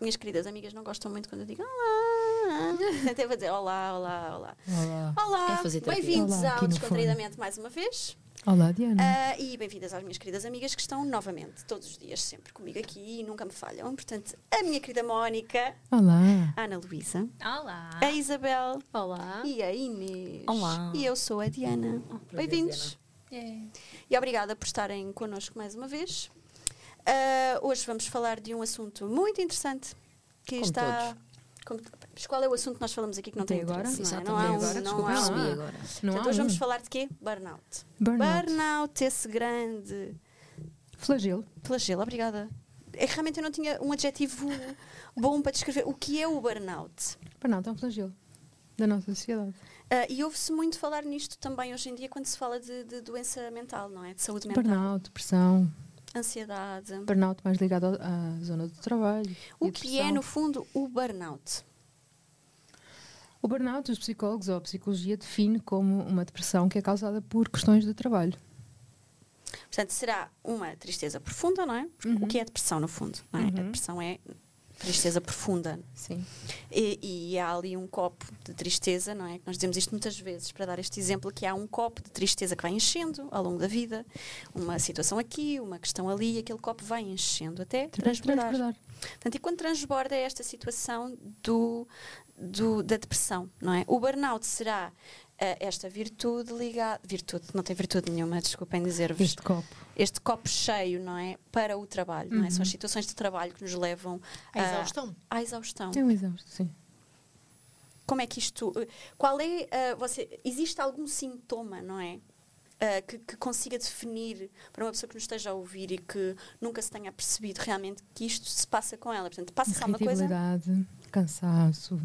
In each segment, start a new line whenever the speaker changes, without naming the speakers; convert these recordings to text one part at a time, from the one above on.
minhas queridas amigas não gostam muito quando eu digo olá. Tentei dizer olá, olá, olá.
Olá.
Olá,
É fazer terapia.
bem-vindos
Olá,
ao
aqui no Hum.
Descontraídamente mais uma vez.
Olá, Diana.
Ah, e bem-vindas às minhas queridas amigas que estão novamente todos os dias sempre comigo aqui e nunca me falham. Portanto, a minha querida Mónica,
Olá.
a Ana Luísa,
Olá.
a Isabel
É.
Olá.
e a Inês.
Olá.
E eu sou a Diana.
Ah,
Bem-vindos.
Yeah.
E obrigada por estarem connosco mais uma vez. Ah, hoje vamos falar de um assunto muito interessante que
Como
está. Como, mas qual é o assunto que nós falamos aqui que não
Até
tem
agora?
interesse, não é?
Exatamente.
Não há um-
Agora,
não
desculpa,
há um-
desculpa,
percebi
ah.
agora.
Não
Portanto,
há
hoje vamos
um.
falar de quê? Burnout.
Burnout.
Burnout, esse grande
Flagelo.
flagelo. Obrigada. É que realmente eu não tinha um adjetivo bom para descrever o que é o burnout.
Burnout é um flagelo da nossa sociedade.
Ah, e ouve-se muito falar nisto também hoje em dia quando se fala de, de doença mental, não é? De saúde mental,
Burnout, depressão.
ansiedade.
Burnout mais ligado ao- à zona do trabalho. e
O
a
que é, no
depressão.
fundo, o burnout?
O burnout, os psicólogos ou a psicologia define como uma depressão que é causada por questões do trabalho.
Portanto, será uma tristeza profunda, não é? Porque
Uhum.
O que é depressão, no fundo? não é? A depressão é tristeza profunda.
Sim.
E, e há ali um copo de tristeza, não é? Que Nós dizemos isto muitas vezes para dar este exemplo: que há um copo de tristeza que vai enchendo ao longo da vida, uma situação aqui, uma questão ali, e aquele copo vai enchendo até transbordar.
Transbordar.
Portanto, e quando transborda é esta situação do, do- da depressão, não é? O burnout será eh, esta virtude ligada. Virtude, não tem virtude nenhuma, desculpem dizer-vos
Este copo.
este copo cheio, não é? Para o trabalho, não é? São as situações de trabalho que nos levam
Uhum.
É
A exaustão.
Ah,
à exaustão.
É um exausto, sim.
Como é que isto. eh, Qual é. eh, você, existe algum sintoma, não é? Eh, que, que consiga definir para uma pessoa que nos esteja a ouvir e que nunca se tenha percebido realmente que isto se passa com ela. Portanto, passa-se alguma coisa.
Irritabilidade, cansaço,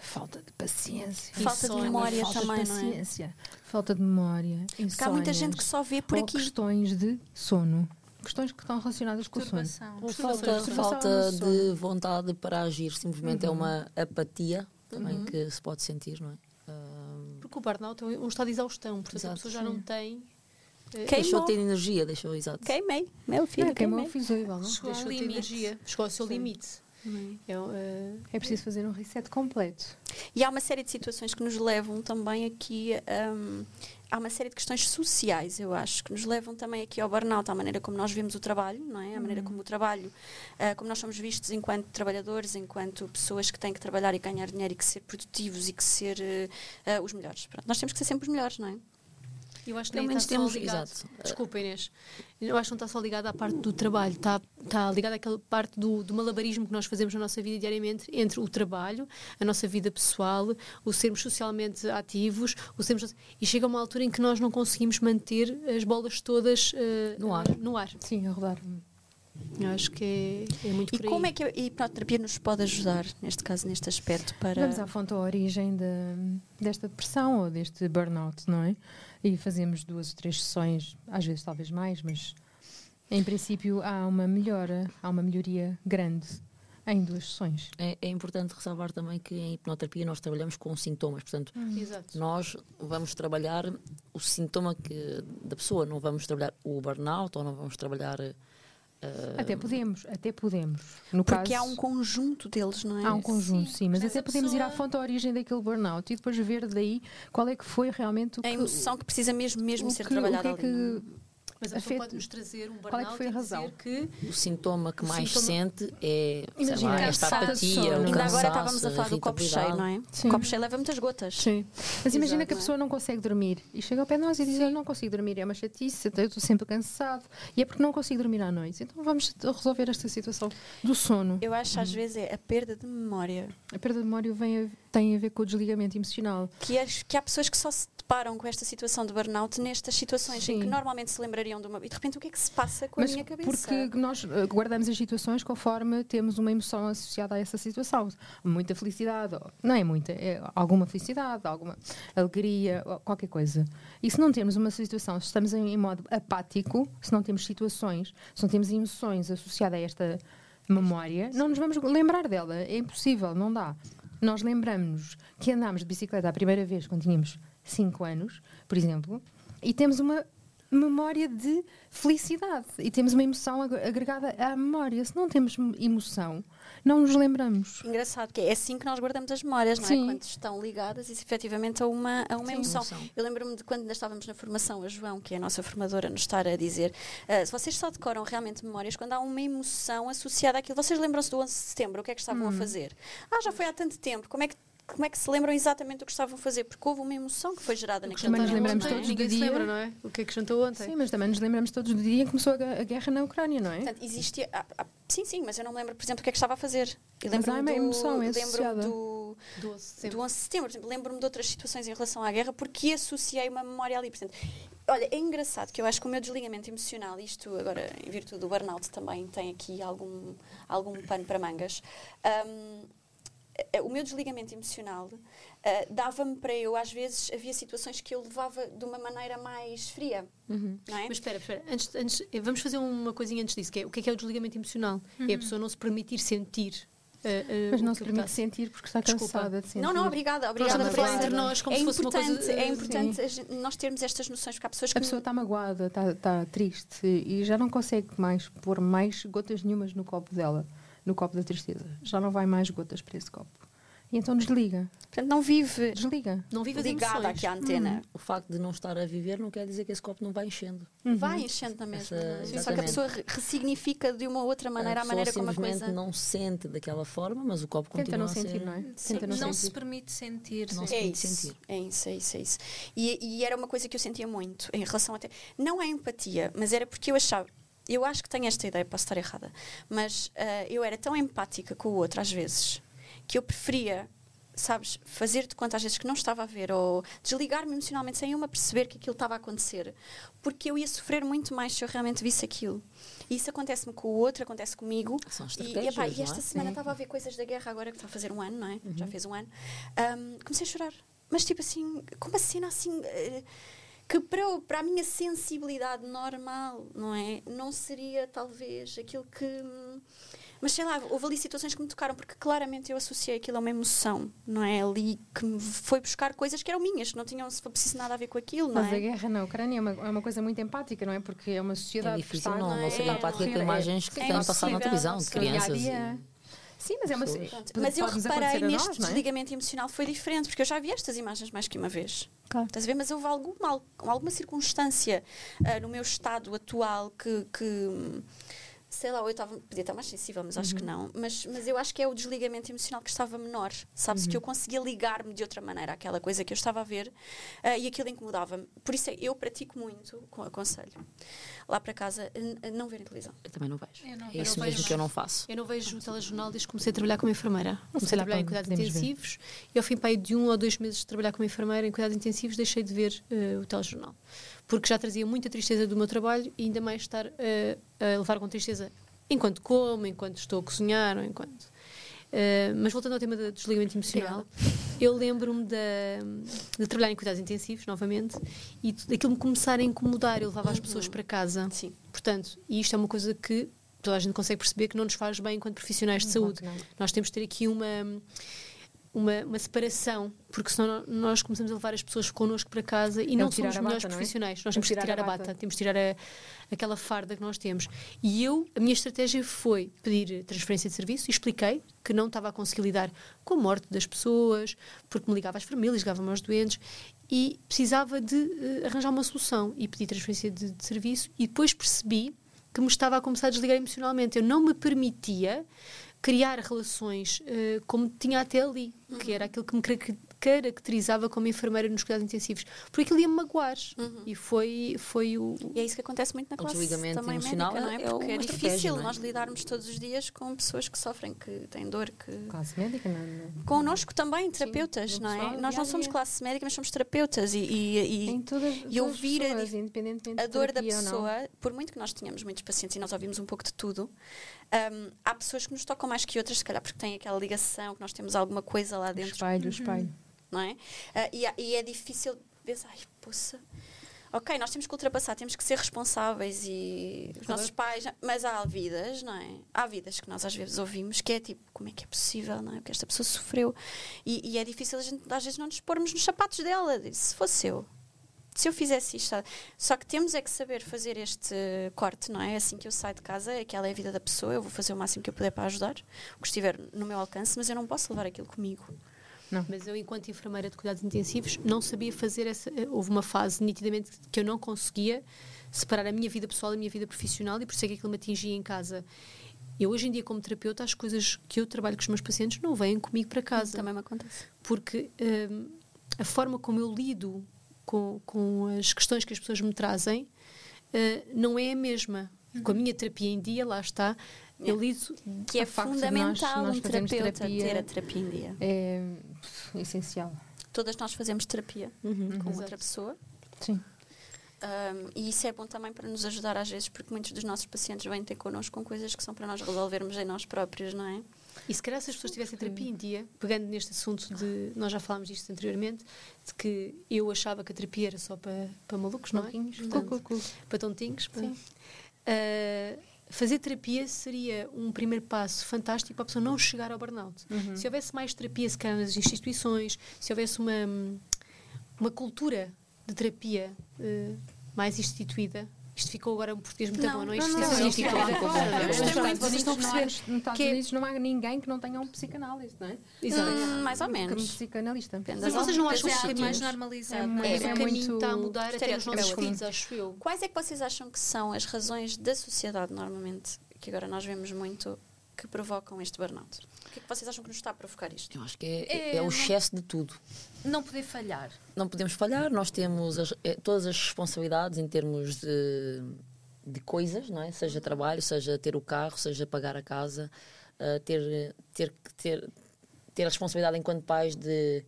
falta de paciência.
Falta de
Insónia.
memória
falta
também,
de
não é?
paciência, falta de memória.
Porque há muita
insónias,
gente que só vê por
ou
aqui.
questões de sono. Questões que estão relacionadas com o sono.
Perturbação.
Ou falta,
assim.
Perturbação
falta
no sono.
de vontade para agir, simplesmente é
Uhum.
uma apatia também que se pode sentir, não é? Ah,
Porque o burnout é um estado de exaustão, portanto
Exato.
a pessoa já não tem. eh,
Queimou.
deixou de ter energia, deixou, exato.
Queimei, meu filho,
É, queimou
queimei.
o fuso igual, não?
Chegou
Deixou
ao
de ter
limite.
energia.
Chegou ao seu limite. É, eh,
É preciso fazer um reset completo.
E há uma série de situações que nos levam também aqui. hum, há uma série de questões sociais, eu acho, que nos levam também aqui ao burnout, à maneira como nós vemos o trabalho, não é? A maneira
Uhum.
como o trabalho, ah, como nós somos vistos enquanto trabalhadores, enquanto pessoas que têm que trabalhar e ganhar dinheiro e que ser produtivos e que ser eh, ah, os melhores. Pronto, nós temos que ser sempre os melhores, não é?
eu acho que
Pelo
nem
menos
está
temos-
só ligado.
exato.
Desculpa, Inês. Eu acho que não está só ligado à parte do trabalho, está, está ligado àquela parte do, do malabarismo que nós fazemos na nossa vida diariamente entre o trabalho, a nossa vida pessoal, o sermos socialmente ativos, o sermos. E chega uma altura em que nós não conseguimos manter as bolas todas eh,
No ar.
no ar.
Sim, a rodar.
Eu acho que é, é muito
E
por aí.
como é que a hipnoterapia nos pode ajudar, neste caso, neste aspecto, para.
Vamos à fonte ou à origem de- desta depressão ou deste burnout, não é? E fazemos duas ou três sessões, às vezes talvez mais, mas em princípio há uma melhora, há uma melhoria grande em duas sessões.
É, é importante ressalvar também que em hipnoterapia nós trabalhamos com sintomas, portanto,
Uhum.
Exato.
nós vamos trabalhar o sintoma que, da pessoa, não vamos trabalhar o burnout ou não vamos trabalhar. ah,
Até podemos, até podemos. No
Porque
caso,
há um conjunto deles, não é?
Há um conjunto, sim,
Sim,
mas
mas
até
a
podemos ir à
pessoa-
fonte ou à origem daquele burnout e depois ver daí qual é que foi realmente o que.
A emoção que precisa mesmo, mesmo
o
ser
que-
trabalhada
o que é
ali.
que
Mas a pessoa
Afeta-
pode nos trazer um burnout
Qual é que foi a
e dizer
razão?
que
o sintoma que
O
mais
sintoma-
sente é sei
Imagina,
lá, esta
cansaço,
apatia,
sono.
o
Ainda
Ainda agora
cansaço,
estávamos a falar do copo
irritabilidade.
cheio, não é?
Sim.
O copo cheio leva muitas gotas.
Sim. Mas imagina
Exato,
que a
não é?
pessoa não consegue dormir e chega ao pé de nós e diz: Eu não consigo dormir, é uma chatice, eu estou sempre cansado e é porque não consigo dormir à noite. Então vamos resolver esta situação do sono.
Eu acho às vezes é a perda de memória.
A perda de memória vem a- tem a ver com o desligamento emocional.
Que, as- que há pessoas que só se deparam com esta situação de burnout nestas situações em que
Sim.
normalmente se lembrariam de uma. E de repente o que é que se passa com
Mas
a minha cabeça?
porque nós eh, guardamos as situações conforme temos uma emoção associada a essa situação. Muita felicidade, ou- não é muita, é alguma felicidade, alguma alegria, ou qualquer coisa. E se não temos uma situação, se estamos em, em modo apático, se não temos situações, se não temos emoções associadas a esta memória, não nos vamos lembrar dela. É impossível, não dá. Nós lembramos que andámos de bicicleta a primeira vez quando tínhamos 5 anos, por exemplo, e temos uma memória de felicidade e temos uma emoção ag- agregada à memória. Se não temos mo- emoção, não nos lembramos.
Engraçado, que é assim que nós guardamos as memórias, não
Sim.
é? Quando estão ligadas isso, efetivamente a uma, a uma emoção.
Emoção.
Eu lembro-me de quando ainda estávamos na formação, a João, que é a nossa formadora, nos estar a dizer: "Ah, se vocês só decoram realmente memórias quando há uma emoção associada àquilo. Vocês lembram-se do 11 de setembro, o que é que
Hum.
estavam a fazer? Ah, já foi há tanto tempo, como é que. Como é que se lembram exatamente do que estavam a fazer? Porque houve uma emoção que foi gerada naquele
também nos
momento.
lembramos
ontem,
todos do
ninguém se
dia.
lembra, não é? O que é que jantou ontem?
Sim, mas também nos lembramos todos do dia em que começou a gue- a guerra na Ucrânia, não é?
Portanto, existe. há- há- sim, sim, mas eu não me lembro, por exemplo, o que é que estava a fazer. Eu
Mas há
lembro-me
uma
do-
emoção, é associada.
Lembro-me do,
Doce, sempre.
do 11 de setembro. Por exemplo, lembro-me de outras situações em relação à guerra porque associei uma memória ali. Portanto, olha, é engraçado que eu acho que o meu desligamento emocional, isto agora em virtude do burnout também tem aqui algum, algum pano para mangas. hum, eh, o meu desligamento emocional eh, dava-me para eu, às vezes, havia situações que eu levava de uma maneira mais fria. Não é?
Mas espera, espera. Antes, antes, eh, vamos fazer uma coisinha antes disso, que é o que é, que é o desligamento emocional? É a pessoa não se permitir sentir. eh, eh,
Uhum. Mas
o
não
que
se
lhe
permite
passa.
sentir porque está
Desculpa.
cansada de sentir.
Não, não, obrigada, obrigada.
estamos a
por
falar
essa-
entre nós como se fosse uma coisa-
importante- É
Sim.
importante a gente- nós termos estas noções, porque há pessoas que
A pessoa está magoada, está está triste e já não consegue mais pôr mais gotas nenhumas no copo dela, no copo da tristeza. Já não vai mais gotas para esse copo. E então desliga,
portanto, não vive
desliga.
Não vive as
ligada
emoções. Uhum.
aqui à antena.
O facto de não estar a viver não quer dizer que esse copo não vai enchendo.
Vai enchendo na mesma.
Uhum.
não é?
Essa-
Só que a
exatamente.
pessoa re- ressignifica de uma outra maneira a,
pessoa
maneira como a
simplesmente
coisa.
não sente daquela forma, mas o copo
Tenta
continua
não
a ser...
sentir, não é?
Sim.
Tenta não,
Não se
sentir.
permite sentir.
Não
sim.
se-
É
tem de
isso,
sentir.
é isso, é isso, é isso. E, e era uma coisa que eu sentia muito em relação até. Não é empatia, mas era porque eu achava. Eu acho que tenho esta ideia, posso estar errada, mas ah, eu era tão empática com o outro às vezes que eu preferia, sabes, fazer de conta às vezes que não estava a ver ou desligar-me emocionalmente sem eu me perceber que aquilo estava a acontecer, porque eu ia sofrer muito mais se eu realmente visse aquilo. E isso acontece-me com o outro, acontece comigo.
São
E,
estratégias,
e, epá, e
não é? Uhum.
esta semana estava a ver coisas da guerra agora que está a fazer um ano, não é? Já fez um ano. Ahm, comecei a chorar. Mas tipo assim, com uma cena assim eh, que para, eu- para a minha sensibilidade normal, não é? Não seria talvez aquilo que. hum, Mas sei lá, houve ali situações que me tocaram, porque claramente eu associei aquilo a uma emoção, não é? Ali que me foi buscar coisas que eram minhas, que não tinham, se for preciso, nada a ver com aquilo, não
Mas a
é?
guerra na Ucrânia é uma, é uma coisa muito empática, não é? Porque é uma
É
sociedade que
difícil
está
não,
não
não ser
é?
empática com
É
imagens que têm passado
impossível,
na televisão, de
não é?
crianças. e-
Dia a dia. Sim, mas é uma
Pessoas.
pode-
Mas eu
pode-nos
reparei
acontecer a
neste
nós, não é?
desligamento emocional foi diferente, porque eu já vi estas imagens mais que uma vez.
Claro.
Estás a ver? Mas houve alguma, al- alguma circunstância ah, no meu estado atual que. que, hum, Sei lá, eu estava, podia estar mais sensível, mas acho que
Uhum.
não. Mas, mas eu acho que é o desligamento emocional que estava menor. Sabes?
Uhum.
Que eu conseguia ligar-me de outra maneira àquela coisa que eu estava a ver ah, e aquilo incomodava-me. Por isso é- eu pratico muito, com- aconselho, lá para casa, n- n- não verem televisão.
Eu também não vejo.
Eu não-
é
eu
isso
não
mesmo
vejo
que eu
mais.
não faço.
Eu não vejo o telejornal desde que comecei a trabalhar como enfermeira. Comecei a
lá
trabalhar em
para onde
cuidados
podemos ver.
intensivos e ao fim pai, de um ou dois meses de trabalhar como enfermeira em cuidados intensivos deixei de ver eh, o telejornal. Porque já trazia muita tristeza do meu trabalho e ainda mais estar eh, a levar com tristeza enquanto como, enquanto estou a cozinhar ou enquanto... Eh, mas voltando ao tema do desligamento emocional, eu lembro-me da- de, trabalhar em cuidados intensivos, novamente, e tudo aquilo me começar a incomodar, eu levava as
Uhum.
pessoas para casa.
Sim.
Portanto, e isto é uma coisa que toda a gente consegue perceber que não nos faz bem enquanto profissionais de saúde.
claro que
Nós temos de ter aqui uma, uma, uma separação, porque senão no- nós começamos a levar as pessoas connosco para casa e não
o tirar
somos
a
melhores
bata, não é?
profissionais. Nós
É o
temos que tirar a bata, temos de tirar a- aquela farda que nós temos. E eu, a minha estratégia foi pedir transferência de serviço e expliquei que não estava a conseguir lidar com a morte das pessoas, porque me ligava às famílias, ligava-me aos doentes e precisava de eh, arranjar uma solução e pedi transferência de, de serviço e depois percebi que me estava a começar a desligar emocionalmente. Eu não me permitia criar relações eh, como tinha até ali, que era aquilo que me carac- caracterizava como enfermeira nos cuidados intensivos, porque aquilo ia-me magoar. E foi, foi o...
E é isso que acontece muito na
O
classe
Um desligamento
também
emocional
médica, não
é-
é?
é
Porque é,
uma estratégia,
difícil
não é?
nós lidarmos todos os dias com pessoas que sofrem, que têm dor, que...
Classe médica, não, é? não.
Connosco também, terapeutas,
no
não é? Nós
pessoal, dia a
não somos
dia.
classe médica, mas somos terapeutas e, e, e-
Em todas,
e ouvir a
todas as pessoas,
dif-
independentemente
a
de
dor da
terapia ou não.
pessoa, por muito que nós tenhamos muitos pacientes e nós ouvimos um pouco de tudo, hum, há pessoas que nos tocam mais que outras, se calhar porque têm aquela ligação, que nós temos alguma coisa lá
O
dentro
espelho, o espelho.
não é? Ah, e, há- e é difícil pensar, ai, poça. Ok, nós temos que ultrapassar, temos que ser responsáveis e os nossos pais, mas há vidas, não é? Há vidas que nós às vezes ouvimos que é tipo, como é que é possível, não é? Porque esta pessoa sofreu. E, e é difícil a gente, às vezes não nos pormos nos sapatos dela. Se fosse eu, se eu fizesse isto. Só que temos é que saber fazer este corte, não é? Assim que eu saio de casa, aquela é a vida da pessoa, eu vou fazer o máximo que eu puder para ajudar, o que estiver no meu alcance, mas eu não posso levar aquilo comigo.
Mas eu, enquanto enfermeira de cuidados intensivos, não sabia fazer essa. eh, Houve uma fase nitidamente que eu não conseguia separar a minha vida pessoal da minha vida profissional e por isso é que aquilo me atingia em casa. Eu, hoje em dia, como terapeuta, as coisas que eu trabalho com os meus pacientes não vêm comigo para casa.
Também me acontece.
Porque hum, a forma como eu lido com, com as questões que as pessoas me trazem eh, não é a mesma. Com a minha terapia em dia, lá está, eu lido
Que é
De facto,
fundamental
nós- nós
um
fazemos
terapeuta
terapia.
ter a terapia em dia.
É pff, essencial.
Todas nós fazemos terapia
Uhum.
com outra pessoa.
Sim.
Um, e isso é bom também para nos ajudar às vezes, porque muitos dos nossos pacientes vêm ter connosco com coisas que são para nós resolvermos em nós próprios, não é?
E se calhar se as pessoas tivessem terapia em dia, pegando neste assunto de. Nós já falámos disto anteriormente, de que eu achava que a terapia era só para, para malucos, não é?
Louquinhos,
Portanto,
cu, cu, cu.
Para tontinhos. para-
Sim.
Ah, fazer terapia seria um primeiro passo fantástico para a pessoa não chegar ao burnout. Se houvesse mais terapia, se calhar nas instituições, se houvesse uma, uma cultura de terapia eh, mais instituída. Isto ficou agora um português muito
Não,
bom, não é?
não,
Isto
não,
ficou
não,
instituída.
não, não, não, não, não.
Mas
Gostei
pronto,
muito
vocês estão a perceber.
Nos Estados
que é-
Unidos não há ninguém que não tenha um psicanálise, não é?
Exato.
Hum, mais ou
Um
menos.
psicanalista.
Depende
Mas
das
vocês não
alturas
acham
e
que é mais
alturas.
É,
É
muito,
muito-
é,
é
o caminho
muito
está a mudar até nos nossos
estereotipado.
filhos, acho eu.
Quais é que vocês acham que são as razões da sociedade, normalmente, que agora nós vemos muito, que provocam este burnout? O que é que vocês acham que nos está a provocar isto?
Eu acho que é, é,
É,
o
não-
excesso de tudo.
Não poder falhar.
Não podemos falhar, nós temos as- eh, todas as responsabilidades em termos de, de coisas, não é? Seja
Uhum.
trabalho, seja ter o carro, seja pagar a casa, ah, ter, ter, que ter, ter a responsabilidade enquanto pais de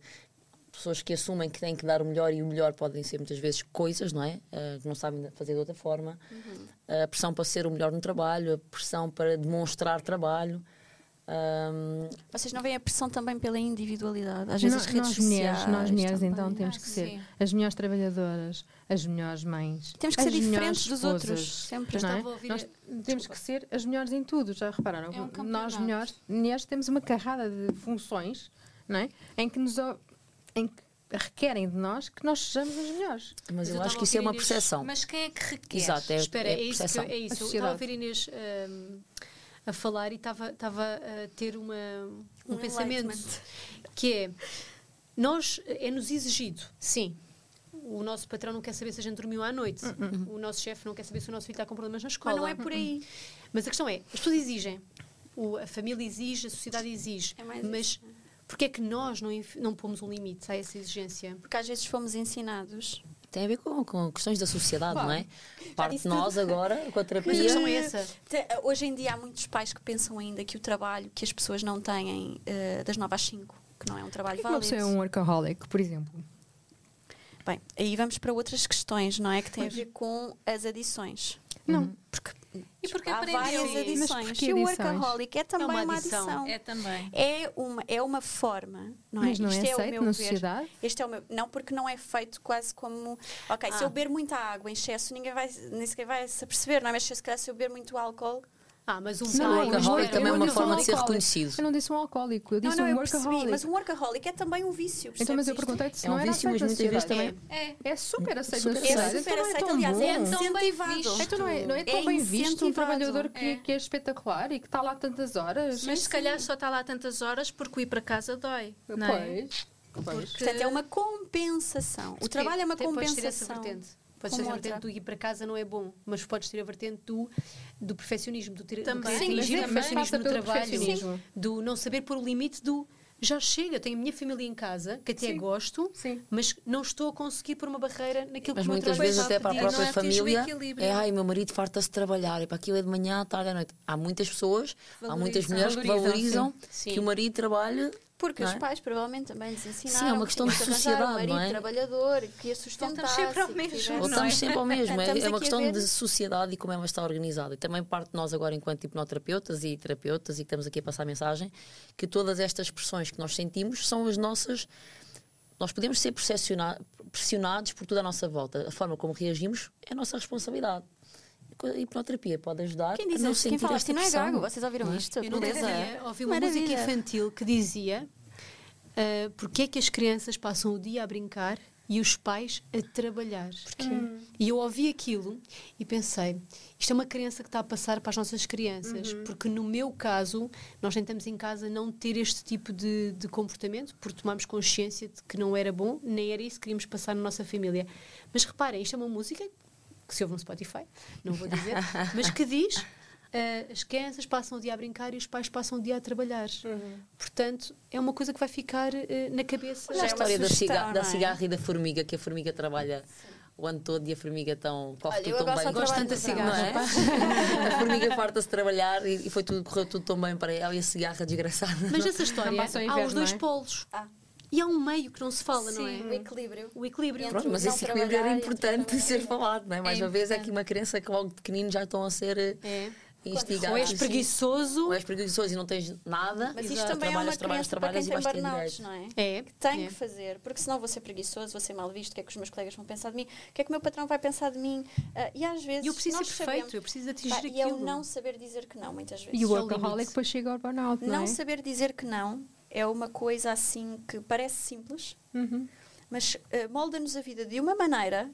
pessoas que assumem que têm que dar o melhor e o melhor podem ser muitas vezes coisas, não é? Ah, que não sabem fazer de outra forma.
Uhum.
Eh, A pressão para ser o melhor no trabalho, a pressão para demonstrar trabalho. Ah,
Vocês não veem a pressão também pela individualidade? Às vezes as
Nós-
redes
nós
sociais.
mulheres, nós mulheres
também.
então temos
Ah,
que ser
sim.
as melhores trabalhadoras, as melhores mães.
Temos que
as
ser diferentes
melhores
dos outros,
esposas,
sempre.
não é?
Estava a ouvir
Nós
a-
temos que ser as melhores em tudo, já repararam?
É um
nós
campeonato.
melhores, mulheres temos uma carrada de funções, não é? Em que nos o- em que requerem de nós que nós sejamos as melhores.
mas
Mas
eu,
eu
acho
estava
que isso
a
é uma
ouvir isto,
percepção.
Mas quem é que requer?
Exato, é,
Espera, é,
é
isso. Que,
percepção.
eu- é isso. Eu estava a
sociedade.
ouvir a Inês hum, a falar e estava, estava a ter uma, um,
Um
pensamento
enlightenment.
que é nós é-nos exigido, sim. O nosso patrão não quer saber se a gente dormiu à noite.
Hum,
O nosso chefe não quer saber se o nosso filho está com problemas na escola. Hum,
Mas não é por aí.
Mas a questão é, as pessoas exigem. O- a família exige, a sociedade exige.
É mais
mas porquê é que nós não, inf- não pomos um limite a essa exigência?
Porque às vezes fomos ensinados.
Tem a ver com, com questões da sociedade, não é? Parte de
disse
nós agora, com a terapia.
Mas a questão é essa.
Te- Hoje em dia há muitos pais que pensam ainda que o trabalho que as pessoas não têm eh, das 9 às 5, que não é um trabalho
Porquê que uma
válido.
pessoa é um workaholic, por exemplo?
Bem, aí vamos para outras questões, não é? Que têm a ver com as adições.
Não.
Porque
E porque
há
aprendeu?
várias
Sim.
adições.
Mas porquê
E o
adições?
workaholic é também
uma
uma
adição.
adição.
É também.
É uma, é uma forma, não é?
Mas não é
Isto é, o
aceito
meu
na
ver.
sociedade?
Este é o meu. Não, porque não é feito quase como. Ok, se
Ah.
eu beber muita água em excesso, ninguém vai, nem sequer vai se aperceber, não é? Mas se calhar se eu beber muito álcool.
Ah, mas um
Não,
pai-
o workaholic
espera,
também é
eu
uma
não-
forma de ser
alcoólico.
reconhecido.
Eu não disse um alcoólico, eu
Não,
disse
não,
um
eu
workaholic.
percebi. Mas um workaholic é também um vício.
Então, mas eu
percebes isto?
perguntei-te se
É um
não era
vício,
aceito
mas
na
muitas vezes
sociedade.
também. Hum,
É.
É super aceito
Super
na
É
sociedade.
super
Então não é
aceito,
tão
aliás, é
bom.
tão bem
incentivado.
visto.
Então não é, não é tão
É
bem visto um
incentivado,
trabalhador que
é.
é. que é espetacular e que está lá tantas horas.
Mas se calhar só está lá tantas horas porque o ir para casa dói. Não é?
Pois, pois.
Porque-
Portanto, é uma compensação. O trabalho é uma
Tem- Podes ter essa
compensação.
vertente. Podes ter
Como
a vertente do
outra.
ir para casa não é bom, mas podes ter a vertente do, do perfeccionismo, do ter
Também.
do
Sim,
querer
é
atingir o
também
perfeccionismo
passa
no
pelo
trabalho,
perfeccionismo.
do não saber pôr o limite do já chega, eu tenho a minha família em casa, que até
Sim.
gosto,
Sim.
mas não estou a conseguir pôr uma barreira naquilo
Mas
que o meu
muitas
trabalho
vezes
está
até para a
pedir.
própria
não atinge o
família
equilíbrio.
é ai, meu marido farta-se de trabalhar e para aquilo é de manhã, à tarde, à noite. Há muitas pessoas, há muitas
Valorizam.
mulheres que
Valorizam,
valorizam
sim.
que o marido trabalha.
Porque
não
os
é?
pais provavelmente também lhes ensinaram
Sim, é uma questão de
que tinham arranjar
sociedade,
um marido
não é?
trabalhador que a sustentasse.
sempre ao
que
mesmo,
tivesse-
não é?
Voltamos sempre ao mesmo. É,
Estamos
é
aqui
uma
a
questão
ver-
de sociedade e como ela está organizada. E também parte de nós agora, enquanto hipnoterapeutas e terapeutas, e que estamos aqui a passar a mensagem, que todas estas pressões que nós sentimos são as nossas. Nós podemos ser percepciona- pressionados por tudo à nossa volta. A forma como reagimos é a nossa responsabilidade. A hipnoterapia pode ajudar
Quem diz
a não
isto? Quem
sentir
fala
esta
isto não é
pressão.
gago. Vocês ouviram isto?
Eu não
Beleza.
queria ouvir uma música
Maravilha.
infantil que dizia ah, porque é que as crianças passam o dia a brincar e os pais a trabalhar. E eu ouvi aquilo e pensei, isto é uma crença que está a passar para as nossas crianças,
Uhum.
porque no meu caso, nós tentamos em casa não ter este tipo de, de comportamento, porque tomámos consciência de que não era bom, nem era isso que queríamos passar na nossa família. Mas reparem, isto é uma música que se ouve no Spotify, não vou dizer, mas que diz ah, as crianças passam o dia a brincar e os pais passam o dia a trabalhar.
Uhum.
Portanto, é uma coisa que vai ficar eh, na cabeça.
Já
é
a
uma
história da,
sugestão,
ciga-
não
da
é?
cigarra e da formiga, que a formiga trabalha o ano todo e a formiga tão, corre
Olha, eu
tudo tão
agora
bem.
só
Gosto
trabalho
tanto da
de
cigarra.
Não é? A formiga farta-se de trabalhar e, e foi tudo, correu tudo tão bem para ela e a cigarra desgraçada.
Mas essa história,
Não passa o
há
inverno,
os dois
não é?
polos.
Ah.
E há um meio que não se fala, não
Sim, o
é?
equilíbrio.
O equilíbrio.
Entre
Pronto, mas é
não
esse equilíbrio era
trabalhar e
importante
trabalhar.
ser falado, não é? Mais
É
uma vez é
importante.
aqui uma crença que logo de pequenino já estão a ser eh,
É.
instigadas.
um
Ou és
Sim.
preguiçoso.
Ou és preguiçoso e não tens nada.
Mas isto
Exato.
também é uma
trabalhas,
crença para
trabalhas,
quem tem
trabalhas e vais
burnout,
ter
não é?
É.
Que tenho
é.
que fazer, porque senão vou ser preguiçoso, vou ser mal visto, o que é que os meus colegas vão pensar de mim, o que é que o meu patrão vai pensar de mim. Ah, e às vezes.
E eu preciso
nós
ser perfeito, eu
sabemos-
preciso atingir
Pá,
aquilo.
E eu não saber dizer que não, muitas vezes.
E o
Isso é o
alcoholic
limite.
depois chega ao burnout, não,
Não
é?
saber dizer que não é uma coisa assim que parece simples,
Uhum.
mas eh, molda-nos a vida de uma maneira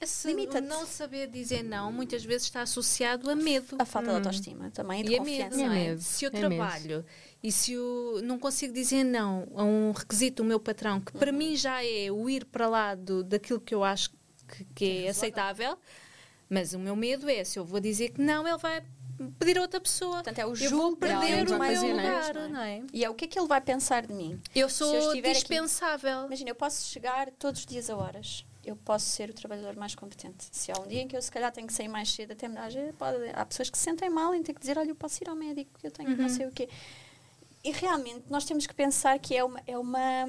Esse
Limita-te.
não saber dizer não muitas vezes está associado a medo.
a falta de autoestima também e de
E é medo,
confiança.
É
não é?
medo,
Se eu
é
trabalho e se eu não consigo dizer não a um requisito do meu patrão, que para mim já é o ir para lá do, daquilo que eu acho que, que é aceitável, mas o meu medo é se eu vou dizer que não, ele vai pedir a outra pessoa.
Portanto, é o
eu vou
julgo
perder
alguém
o
vai
meu
fazer, não é?
lugar, não é?
E é o que é que ele vai pensar de mim?
Eu
Se eu
sou
estiver aqui-
dispensável.
Imagina, eu posso chegar todos os dias a horas. Eu posso ser o trabalhador mais competente. Se há um dia em que eu, se calhar, tenho que sair mais cedo, até me dá. às vezes pode- Há pessoas que se sentem mal e têm que dizer: olha, eu posso ir ao médico, eu tenho que não
Uhum.
sei o quê. E realmente, nós temos que pensar que é uma. É uma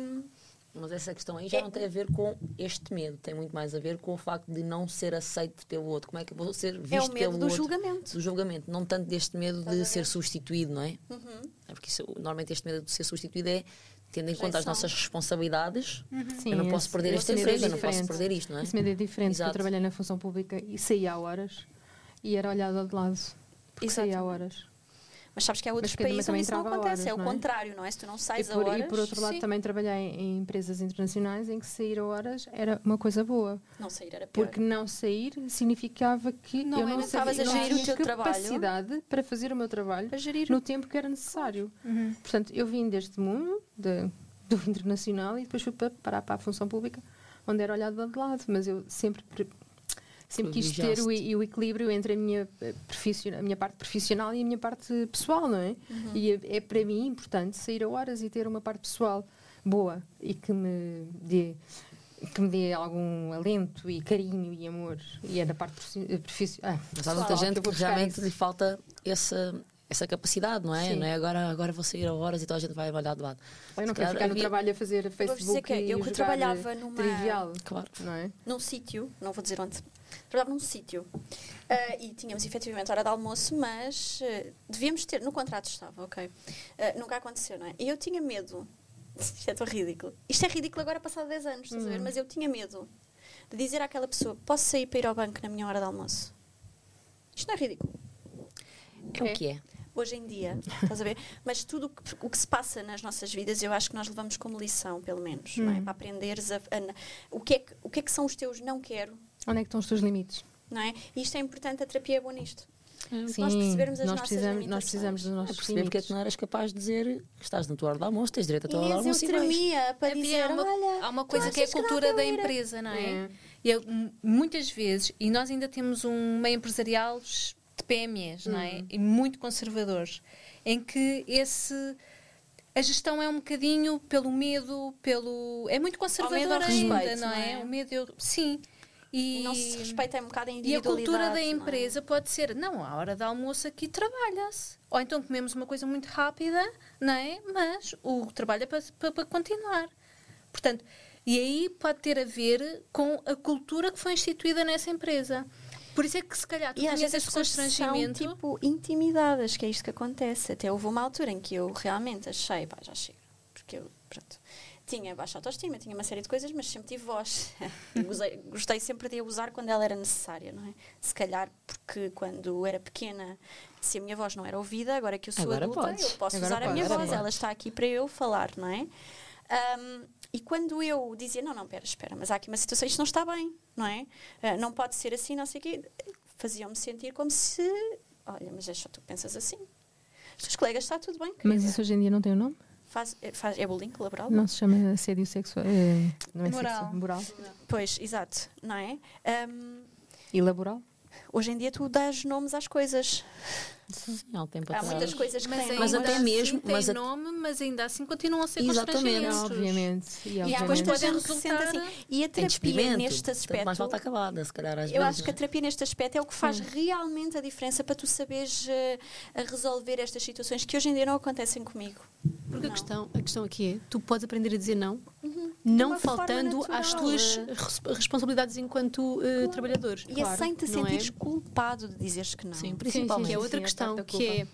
Mas essa questão aí já não tem a ver com este medo, tem muito mais a ver com o facto de não ser aceito pelo outro. Como é que eu vou ser visto
é o medo
um
pelo
do
outro?
julgamento.
Do julgamento, não tanto deste medo
Estás a
de
ver?
ser substituído, não é?
Uhum.
É Porque isso- normalmente este medo de ser substituído é tendo em conta as
Rejeição.
nossas responsabilidades.
Uhum. Sim,
eu não posso
esse-
perder
esse
este
medo é
emprego, eu não posso
diferente.
perder isto, não é?
Esse medo é diferente. porque
Exato.
Eu trabalhei na função pública e saía a horas e era olhada de lado. Porque saía a
Exatamente.
horas.
Mas sabes que há outros
cada uma
países
também
onde isso não
entrava a
acontece.
horas,
é o
não é?
contrário, não é? Se tu não
E
sais a
por,
horas.
e por outro lado
sim.
também trabalhei em empresas internacionais em que sair a horas era uma coisa boa.
Não sair era pior.
Porque não sair significava que
Não
eu
era-
não
estavas
sabia
a
não
gerir o
tinha
teu trabalho.
capacidade para fazer o meu trabalho
Para gerir Uhum. o-
no tempo que era necessário. Portanto, eu vim deste mundo de- do internacional e depois fui pa- parar para a função pública, onde era olhado de lado, mas eu sempre pre- sempre quis ter o, e- o equilíbrio entre a minha, eh, profissio- a minha parte profissional e a minha parte pessoal, não é?
Uhum.
E é, é para mim importante sair a horas e ter uma parte pessoal boa e que me dê que me dê algum alento e carinho e amor e é da parte profissional.
Mas há muita gente que realmente lhe falta essa, essa capacidade, não é?
Sim.
Não é? Agora, agora vou sair a horas e toda a gente vai olhar de lado.
Eu não
Se
quero
calhar
ficar no
havia-
trabalho a fazer
dizer
Facebook
que é,
e
eu que
jogar,
trabalhava
eh,
numa-
trivial,
Claro.
não é?
num sítio, não vou dizer onde, trabalhava num sítio ah, e tínhamos efetivamente hora de almoço, mas ah, devíamos ter, no contrato estava, ok? Ah, nunca aconteceu, não é? E eu tinha medo, isto é tão ridículo, isto é ridículo agora passado 10 anos, estás a ver? Mas eu tinha medo de dizer àquela pessoa: posso sair para ir ao banco na minha hora de almoço? Isto não é ridículo.
É o que é.
Hoje em dia, estás a ver? Mas tudo o que- o que se passa nas nossas vidas, eu acho que nós levamos como lição, pelo menos, não é? Para aprenderes a, a- o, que é que, o que é que são os teus não quero,
Onde é que estão os teus limites?
não é? E isto é importante, a terapia é boa nisto.
Sim,
nós percebermos as
nós
nossas
precisamos, nós
limitações.
precisamos dos
É
nossos
perceber porque é
limites.
que não eras capaz de dizer que estás na tua hora de almoço, tens direito à tua hora de
Inês,
almoço
eu
e vais.
tremia para
Havia
dizer,
uma-
olha...
há uma
tu
coisa que é a
achas dá
cultura da
para ir a-
empresa, não é?
É.
E eu, mu- muitas vezes, e nós ainda temos um meio empresarial de PMEs, não
Uhum.
é? E muito conservadores, em que esse a gestão é um bocadinho pelo medo, pelo é muito
ao
conservadora
respeito,
ainda, não,
não
é?
é?
O medo, eu- sim. E,
E não se respeita um bocado a
e a
individualidade.
cultura
não
da
é?
empresa pode ser, não, à hora de almoço aqui trabalha-se. Ou então comemos uma coisa muito rápida, não é? Mas o trabalho é para, para- para continuar. Portanto, e aí pode ter a ver com a cultura que foi instituída nessa empresa. Por isso é que se calhar tu
E às
tinhas
vezes as
esse
pessoas são,
constrangimento.
tipo, intimidadas, que é isto que acontece. Até houve uma altura em que eu realmente achei, pá, já chega. Porque eu, pronto, tinha baixa autoestima, tinha uma série de coisas, mas sempre tive voz. E usei- gostei sempre de a usar quando ela era necessária, não é? Se calhar porque quando era pequena, se a minha voz não era ouvida, agora que eu sou
Agora
adulta,
podes.
eu posso
Agora
usar a minha
podes,
voz.
agora
Ela está aqui para eu falar, não é? Um, e quando eu dizia, não, não, espera, espera, mas há aqui uma situação, isto não está bem, não é? Uh, não pode ser assim, não sei o quê. Faziam-me sentir como se, olha, mas é só tu que pensas assim. Os teus colegas, está tudo bem,
Mas
querida.
isso hoje em dia não tem o nome?
Faz, faz, é bullying laboral?
Não se chama assédio sexual. eh, não é
Moral.
sexual, moral.
Pois, exato, não é? Um,
E laboral?
hoje em dia tu dás nomes às coisas.
Sim, há um tempo
Há
atrás.
muitas coisas que
Mas,
têm
ainda
Mas
nomes.
até
assim
mesmo-
Tem
mas até-
nome, mas ainda assim continuam a ser
Exatamente.
constrangimentos.
Obviamente. E,
E há
obviamente.
muita
Podem
gente que se sente
resultar
assim. E a
Tem
terapia
despedimento.
neste
Portanto, Mais volta
aspecto
acabada, se calhar, às
Eu
vezes.
acho que a terapia neste aspecto é o que faz realmente a diferença para tu saberes eh, resolver estas situações que hoje em dia não acontecem comigo.
Porque a
Não.
questão, a questão aqui é, tu podes aprender a dizer não, não
Uhum. uma forma
faltando
natural,
às tuas
é.
res- responsabilidades enquanto eh, trabalhador.
E é sem te
não é?
sentires culpado de dizeres que não.
Sim,
Que
principalmente.
é
Sim,
outra
a
questão,
parte da
que é...
culpa.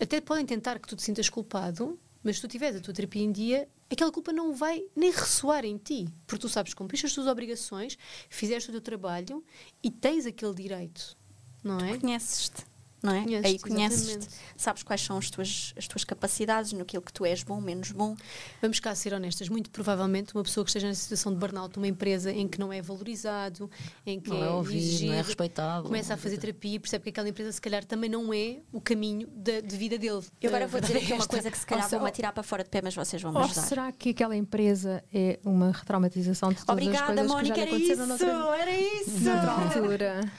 Até podem tentar que tu te sintas culpado, mas se tu tiveres a tua terapia em dia, aquela culpa não vai nem ressoar em ti. Porque tu sabes que cumpriste as tuas obrigações, fizeste o teu trabalho e tens aquele direito, não é?
Conheces-te, não é?
Conheces-te,
Aí conheces-te,
exatamente.
sabes quais são as tuas, as tuas capacidades, naquilo que tu és bom, menos bom.
Vamos cá ser honestas, muito provavelmente uma pessoa que esteja nessa situação de burnout numa empresa em que não é valorizado, em que
Não é ouvido,
exigido,
não é respeitado.
começa a fazer terapia e percebe que aquela empresa se calhar também não é o caminho da- de, vida dele.
Eu
A
Eh,
agora vou dizer
verdade
aqui
é
uma
esta.
coisa que se calhar
Ou se-
vou-me atirar para fora de pé, mas vocês vão me
Ou
ajudar.
Oh, será que aquela empresa é uma retraumatização de todas
Obrigada,
as coisas que
Mónica,
já lhe
era
aconteceram
isso,
noutra,
era isso.
noutra altura?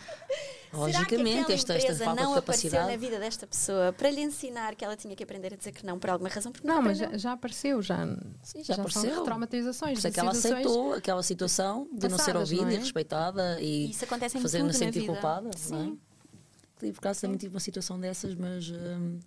Logicamente,
Será que
esta,
aquela
esta
empresa
falta
não
de
apareceu na
capacidade.
vida desta pessoa para lhe ensinar que ela tinha que aprender a dizer que não por alguma razão? Porque
Não, mas
aprendeu.
já, já apareceu, já,
Sim, já
são
apareceu.
retraumatizações.
Por isso é
de
que ela
situações-
aceitou aquela situação de não ser
passadas,
ouvida
não é?
e respeitada e
Isso acontece em
fazer-me
tudo na
sentir
vida.
culpada.
Sim.
Não é? E por acaso também tive uma situação dessas, mas hum,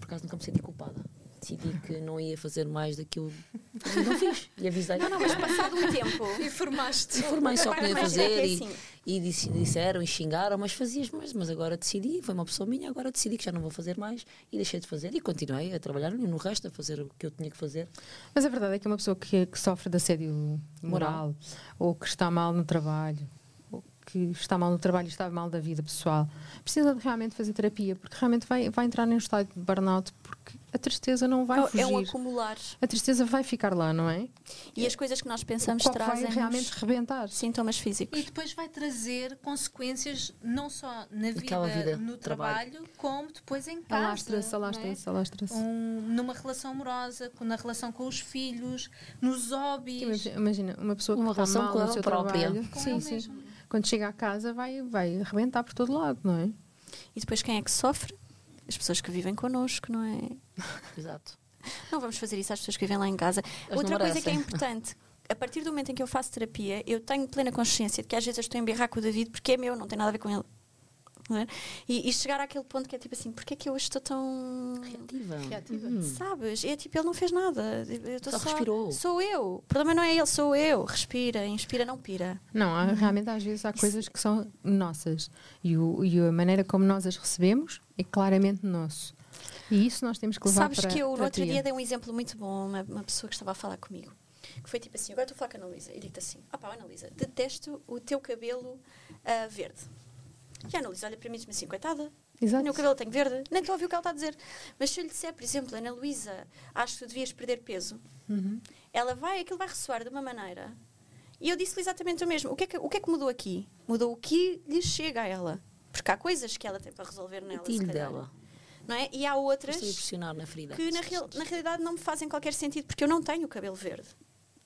por acaso nunca me senti culpada. Decidi que não ia fazer mais daquilo. e Não fiz. E avisei. Não, não, mas
Passado um tempo.
Informaste.
informei só que
Agora
não ia
imagina que é
fazer e,
assim.
e disse- disseram e xingaram, mas fazias mais. Mas agora decidi, foi uma pessoa minha, agora decidi que já não vou fazer mais e deixei de fazer. E continuei a trabalhar no resto, a fazer o que eu tinha que fazer.
Mas a verdade é que uma pessoa que, que sofre de assédio moral, ou que está mal no trabalho, ou que está mal no trabalho e está mal da vida pessoal, precisa de realmente fazer terapia, porque realmente vai, vai entrar num estado de burnout, porque a tristeza não vai
É
fugir.
um acumular.
A tristeza vai ficar lá, não é?
E as coisas que nós pensamos
Qual vai
trazem
realmente rebentar.
sintomas
E
físicos.
depois vai trazer consequências não só na vida,
Naquela vida,
no
trabalho.
trabalho, como depois em casa.
Alastra-se,
não é?
alastra-se, alastra-se.
Um- numa relação amorosa, com- na relação com os filhos, nos hobbies.
Imagina- Imagina, uma pessoa que
Uma
está
relação
mal
com
no
ela
seu
própria.
trabalho,
Com
sim,
ela
sim.
mesma.
quando chega à casa vai, vai arrebentar por todo lado, não é?
E depois quem é que sofre? As pessoas que vivem connosco, não é?
Exato.
Não vamos fazer isso às pessoas que vivem lá em casa.
não
Outra coisa
merecem.
que é importante. A partir do momento em que eu faço terapia, eu tenho plena consciência de que às vezes eu estou a embirrar com o David porque é meu, não tem nada a ver com ele. Não é? E, e chegar àquele ponto que é tipo assim, porque é que eu hoje estou tão.
Reativa.
Reativa.
Sabes? É tipo, ele não fez nada. Eu estou
Só respirou.
Sou eu. O problema não é ele, sou eu. Respira, inspira, não pira.
Não, há- realmente às vezes há coisas que são nossas e, o- e a maneira como nós as recebemos é claramente nosso. E isso nós temos que levar
Sabes
para
que eu no
para
outro
ti.
dia dei um exemplo muito bom, uma, uma pessoa que estava a falar comigo, que foi tipo assim, agora estou a falar com a Ana Luísa, e digo-te assim, opá, Ana Luísa, detesto o teu cabelo ah, verde. E a Ana Luísa olha para mim e diz-me assim, coitada,
Exato.
nem o cabelo tenho verde, nem estou a ouvir o que ela está a dizer. Mas se eu lhe disser, por exemplo, Ana Luísa, acho que tu devias perder peso,
Uhum.
ela vai, aquilo vai ressoar de uma maneira. E eu disse-lhe exatamente o mesmo. O que, é que, o que é que mudou aqui? Mudou o que lhe chega a ela. Porque há coisas que ela tem para resolver nela. é, se
Tilho
calhar.
dela.
Não é? E há
Estou a
outras
pressionar na ferida.
que na, real- na realidade não me fazem qualquer sentido porque eu não tenho cabelo verde.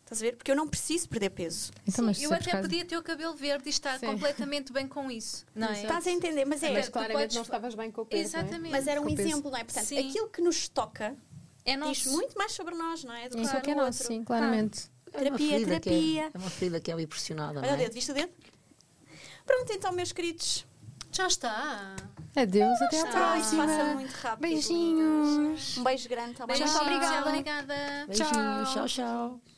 Estás a ver? Porque eu não preciso perder peso.
Então, mas
eu
se é por
até
causa-
podia ter o cabelo verde e estar
Sim.
completamente bem com isso, não é?
Estás a entender? Mas é.
Mas
tu
claramente
podes-
não estavas bem com o peso, não é?
Exatamente.
Mas era um
Com peso.
exemplo, não é? Portanto,
Sim.
aquilo que nos toca
é
diz muito mais sobre nós, não é? Do
Isso é que é
no
nosso,
outro.
sim, claramente.
É uma
Terapia,
ferida que é-
terapia.
É, uma ferida que é ali pressionada, não
Olha o
é?
dedo, viste o dedo? Pronto, então, meus queridos.
Já está.
Adeus, até à
Tá, isto
próxima.
passa muito rápido.
Beijinhos.
Um beijo grande, tá bem?
Beijinhos,
obrigada.
Obrigada.
Beijinhos, tchau, tchau.